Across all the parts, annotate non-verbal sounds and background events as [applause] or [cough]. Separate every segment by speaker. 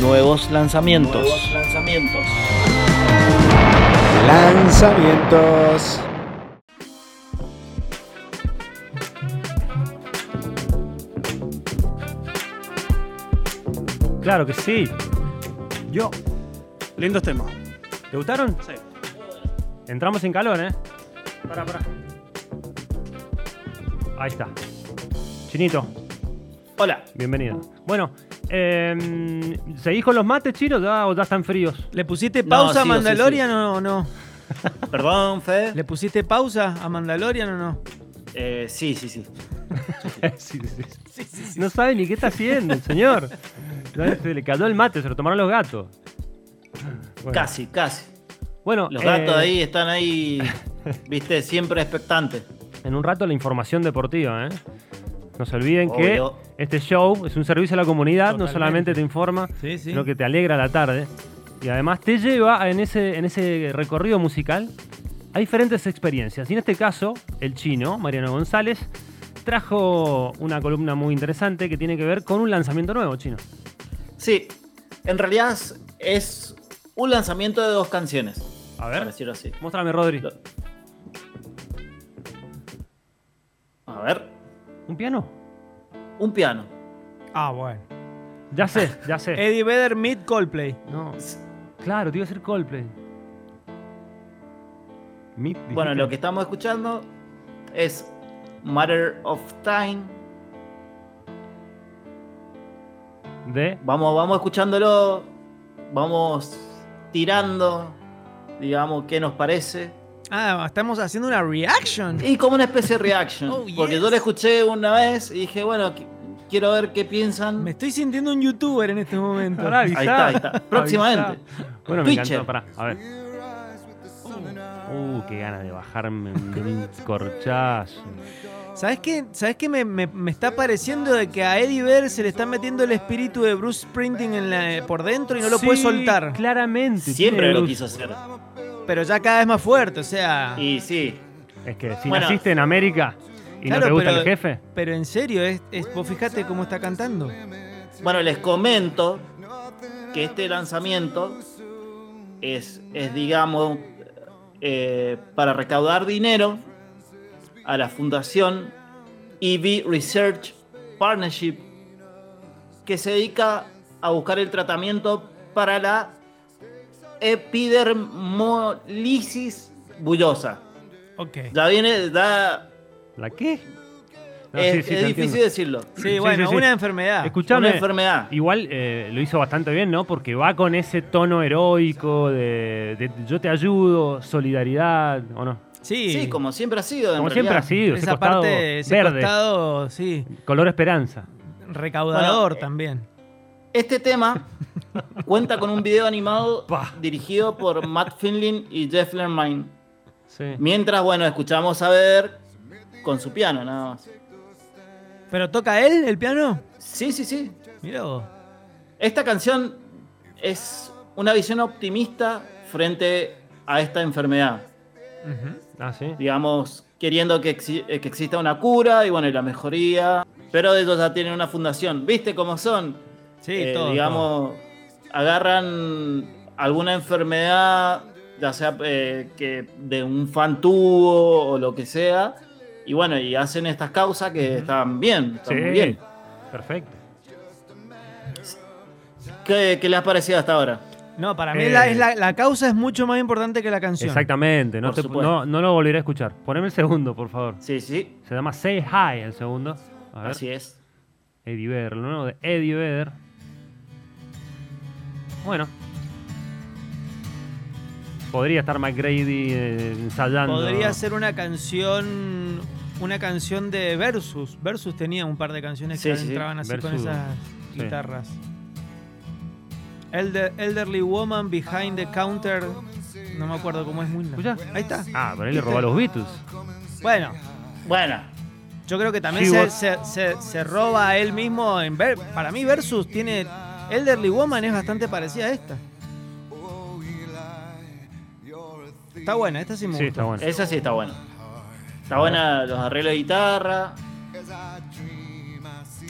Speaker 1: Nuevos lanzamientos.
Speaker 2: Nuevos lanzamientos.
Speaker 3: Lanzamientos.
Speaker 4: Claro que sí. Yo.
Speaker 5: Lindos temas.
Speaker 4: ¿Te gustaron?
Speaker 5: Sí.
Speaker 4: Entramos en calor, ¿eh? Para, para. Ahí está. Chinito,
Speaker 2: Hola.
Speaker 4: bienvenido. Bueno, eh, ¿seguís con los mates, Chino? Ya, o ya están fríos.
Speaker 6: ¿Le pusiste
Speaker 2: No,
Speaker 6: pausa a
Speaker 2: sí,
Speaker 6: Mandalorian o no?
Speaker 2: Perdón, Fede.
Speaker 6: ¿Le pusiste pausa a Mandalorian o no?
Speaker 2: Eh, sí, sí, sí.
Speaker 4: Sí, sí, sí. No sabe ni qué está haciendo el señor. Ya Se le cayó el mate, se lo tomaron los gatos. Bueno,
Speaker 2: Casi, casi.
Speaker 4: Bueno,
Speaker 2: Los
Speaker 4: eh,
Speaker 2: gatos ahí están
Speaker 4: [laughs]
Speaker 2: ahí, viste, siempre expectantes.
Speaker 4: En un rato la información deportiva, ¿eh? No se olviden
Speaker 2: Obvio.
Speaker 4: que este show es un servicio a la comunidad, no
Speaker 6: Totalmente.
Speaker 4: solamente te informa,
Speaker 6: Sí, sí.
Speaker 4: sino que te alegra la tarde. Y además te lleva en ese, en ese recorrido musical a diferentes experiencias. Y en este caso, el chino, Mariano González, trajo una columna muy interesante que tiene que ver con un lanzamiento nuevo, chino.
Speaker 2: Sí, en realidad es un lanzamiento de dos canciones,
Speaker 4: A
Speaker 2: para
Speaker 4: ver,
Speaker 2: decirlo así.
Speaker 4: muéstrame, Rodri.
Speaker 2: Lo- A ver,
Speaker 4: ¿Un piano?
Speaker 2: un piano.
Speaker 6: Ah, bueno.
Speaker 4: Ya sé,
Speaker 2: [laughs]
Speaker 4: ya sé.
Speaker 6: Eddie Vedder meet Coldplay.
Speaker 4: No. Claro, te iba a decir Coldplay.
Speaker 3: Meet
Speaker 2: Bueno,
Speaker 3: Digital.
Speaker 2: lo que estamos escuchando es Matter of Time.
Speaker 4: De
Speaker 2: Vamos, vamos escuchándolo, vamos tirando, digamos, qué nos parece.
Speaker 6: Ah, estamos haciendo una reaction.
Speaker 2: Y como una especie de reaction.
Speaker 6: Oh,
Speaker 2: Porque
Speaker 6: yes.
Speaker 2: yo lo escuché una vez y dije, bueno, qui- quiero ver qué piensan.
Speaker 6: Me estoy sintiendo un youtuber en este momento.
Speaker 4: Pará, avisá.
Speaker 2: Ahí está, ahí está. Próximamente.
Speaker 4: Bueno, me
Speaker 2: Twitcher.
Speaker 4: encantó, pará, a ver. Uh, qué ganas de bajarme un, de un corchazo.
Speaker 6: ¿Sabes qué? ¿Sabes qué me, me- me está pareciendo de que a Eddie Vedder se le está metiendo el espíritu de Bruce Springsteen en la- eh, por dentro y no lo
Speaker 4: Sí,
Speaker 6: puede soltar?
Speaker 4: Claramente.
Speaker 2: Siempre
Speaker 4: tiene
Speaker 2: lo
Speaker 4: luz.
Speaker 2: quiso hacer.
Speaker 6: Pero ya cada vez más fuerte, o sea.
Speaker 2: Y sí,
Speaker 4: Es que si
Speaker 2: Bueno.
Speaker 4: naciste en América y no
Speaker 6: Claro,
Speaker 4: te gusta
Speaker 6: pero-
Speaker 4: el jefe,
Speaker 6: Pero en serio, es, es- vos fijate cómo está cantando.
Speaker 2: Bueno, les comento que este lanzamiento es, es digamos, eh, para recaudar dinero a la fundación EV Research Partnership, que se dedica a buscar el tratamiento para la epidermolisis bullosa.
Speaker 6: Ok.
Speaker 2: Ya viene, da,
Speaker 4: ¿la qué? No,
Speaker 2: es,
Speaker 4: sí, sí,
Speaker 2: es
Speaker 4: te
Speaker 2: difícil
Speaker 4: entiendo.
Speaker 2: decirlo.
Speaker 6: Sí,
Speaker 4: Sí,
Speaker 6: bueno,
Speaker 4: sí, sí.
Speaker 6: una enfermedad.
Speaker 2: Una
Speaker 4: Escuchame,
Speaker 2: enfermedad.
Speaker 4: igual eh, lo hizo bastante bien, ¿no? Porque va con ese tono heroico de, de yo te ayudo, solidaridad, ¿o no?
Speaker 6: Sí,
Speaker 2: Sí, como siempre ha sido. en
Speaker 4: Como siempre ha
Speaker 2: realidad.
Speaker 4: sido, ese
Speaker 6: esa
Speaker 4: costado
Speaker 6: parte, ese
Speaker 4: verde,
Speaker 6: costado, sí,
Speaker 4: color esperanza.
Speaker 6: recaudador
Speaker 2: Bueno, eh,
Speaker 6: también.
Speaker 2: Este tema cuenta con un video animado
Speaker 4: Pa.
Speaker 2: dirigido por Matt Finlin y Jeff Lermine.
Speaker 4: Sí.
Speaker 2: Mientras, bueno, escuchamos a ver con su piano, nada más.
Speaker 6: ¿Pero toca él el piano?
Speaker 2: Sí, sí, sí.
Speaker 6: Mirá vos.
Speaker 2: Esta canción es una visión optimista frente a esta enfermedad.
Speaker 4: Ah, sí.
Speaker 2: Digamos, queriendo que, exi- eh, que exista una cura y bueno, y la mejoría. Pero ellos ya tienen una fundación. ¿Viste cómo son?
Speaker 6: Sí,
Speaker 2: eh,
Speaker 6: todo, todo.
Speaker 2: digamos, agarran alguna enfermedad, ya sea eh, que de un fan tuvo o lo que sea, y bueno, y hacen estas causas que están bien, están muy bien.
Speaker 4: Perfecto.
Speaker 2: ¿Qué, qué les ha parecido hasta ahora?
Speaker 6: No, para mí
Speaker 4: eh,
Speaker 6: la, es la, la causa es mucho más importante que la canción.
Speaker 4: Exactamente, no,
Speaker 2: Por
Speaker 4: te-
Speaker 2: supuesto.
Speaker 4: no, no lo volveré a escuchar. Poneme el segundo, por favor.
Speaker 2: Sí, sí,
Speaker 4: Se llama Say Hi el segundo. A ver,
Speaker 2: así es.
Speaker 4: Eddie Vedder, lo nuevo de Eddie Vedder. Bueno. Podría estar McGrady eh, ensayando.
Speaker 6: Podría ser una canción, una canción de Versus. Versus tenía un par de canciones que
Speaker 2: Sí, sí, sí.
Speaker 6: entraban así con
Speaker 4: Versus.
Speaker 6: esas
Speaker 4: Sí.
Speaker 6: guitarras. Elder- elderly Woman Behind the Counter. No me acuerdo cómo es muy.
Speaker 4: ¿Escuchá?
Speaker 6: Ahí está.
Speaker 4: Ah, pero él le robó a los Beatles.
Speaker 6: Bueno,
Speaker 2: Bueno,
Speaker 6: yo creo que también
Speaker 4: Sí,
Speaker 6: se,
Speaker 4: vos-
Speaker 6: se- se- se roba a él mismo. En ver- para mí, Versus tiene. Elderly Woman es bastante parecida a esta. Está buena, esta sí me
Speaker 4: Sí,
Speaker 6: gustó.
Speaker 4: está bueno.
Speaker 2: esa sí está buena. Está buena los arreglos de guitarra.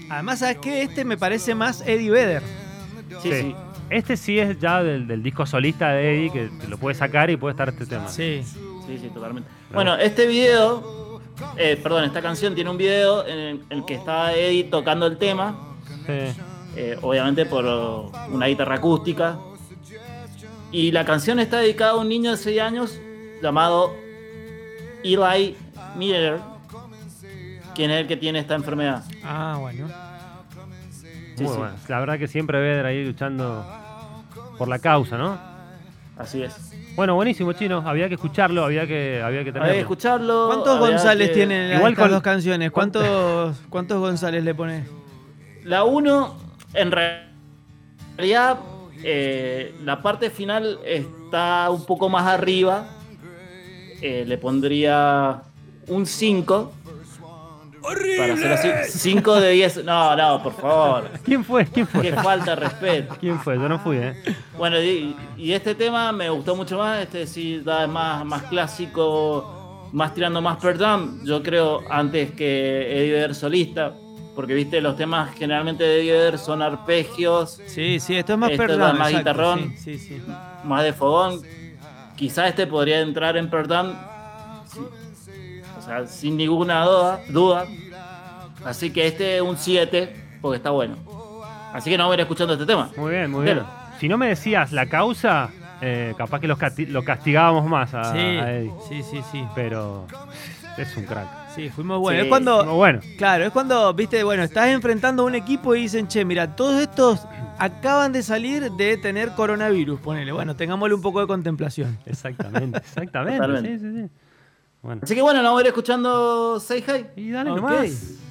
Speaker 6: Además, ¿sabes qué? Este me parece más Eddie Vedder.
Speaker 2: Sí, sí.
Speaker 4: Sí. Este sí es ya del, del disco solista de Eddie, que te lo puede sacar y puede estar este tema.
Speaker 6: Sí.
Speaker 2: Sí, sí, totalmente. Bueno, este video, eh, perdón, esta canción tiene un video en el, en el que está Eddie tocando el tema,
Speaker 4: Sí.
Speaker 2: eh, obviamente por oh, una guitarra acústica. Y la canción está dedicada a un niño de 6 años llamado Eli Miller, quien es el que tiene esta enfermedad.
Speaker 6: Ah, bueno.
Speaker 2: Sí,
Speaker 4: Muy
Speaker 2: sí.
Speaker 4: bueno. La verdad que siempre Vedra ahí luchando por la causa, ¿no?
Speaker 2: Así es.
Speaker 4: Bueno, buenísimo, chino. Había que escucharlo, había que, había que
Speaker 2: Había que
Speaker 4: tenerlo.
Speaker 2: escucharlo.
Speaker 6: ¿Cuántos
Speaker 2: había
Speaker 6: González
Speaker 2: que-
Speaker 6: tienen
Speaker 4: Igual
Speaker 6: Igual estas
Speaker 4: con-
Speaker 6: dos canciones?
Speaker 4: [laughs]
Speaker 6: ¿Cuántos, ¿Cuántos González le pones?
Speaker 2: La 1, en re- realidad, eh, la parte final está un poco más arriba. Eh, le pondría un 5. Para hacerlo así. 5 de 10. No, no, por favor.
Speaker 4: ¿Quién fue? ¿Quién
Speaker 2: Qué
Speaker 4: fue?
Speaker 2: falta de respeto.
Speaker 4: ¿Quién fue? Yo no fui, ¿eh?
Speaker 2: Bueno, y, y este tema me gustó mucho más. Este sí da más, más clásico, más tirando más per jam. Yo creo antes que Eddie Vedder solista. Porque viste, los temas generalmente de Eddie Vedder son arpegios,
Speaker 6: Sí, sí, esto es más
Speaker 2: Esto es
Speaker 6: perdón.
Speaker 2: más
Speaker 6: exacto,
Speaker 2: guitarrón.
Speaker 6: Sí, sí, sí.
Speaker 2: más de fogón. Quizá este podría entrar en per jam. sí. O sea, sin ninguna duda, duda. Así que este es un 7, porque está bueno. Así que no voy a ir escuchando este tema.
Speaker 4: Muy bien, muy bien. Si no me decías la causa, eh, capaz que los cati- lo castigábamos más a, a Ah, Eddie.
Speaker 6: Sí, sí, sí, sí.
Speaker 4: Pero es un crack.
Speaker 6: Sí, fuimos buenos.
Speaker 2: Sí.
Speaker 6: Es cuando,
Speaker 4: Como bueno,
Speaker 6: Claro, es cuando, viste, bueno, estás enfrentando a un equipo y dicen, che, mira, todos estos acaban de salir de tener coronavirus, ponele. Bueno, tengámosle un poco de contemplación.
Speaker 4: exactamente, exactamente.
Speaker 2: Totalmente.
Speaker 4: Sí, sí, sí. Bueno.
Speaker 2: Así que bueno, nos voy a ir escuchando Say Hi.
Speaker 4: Y dale
Speaker 6: Ok.
Speaker 4: nomás.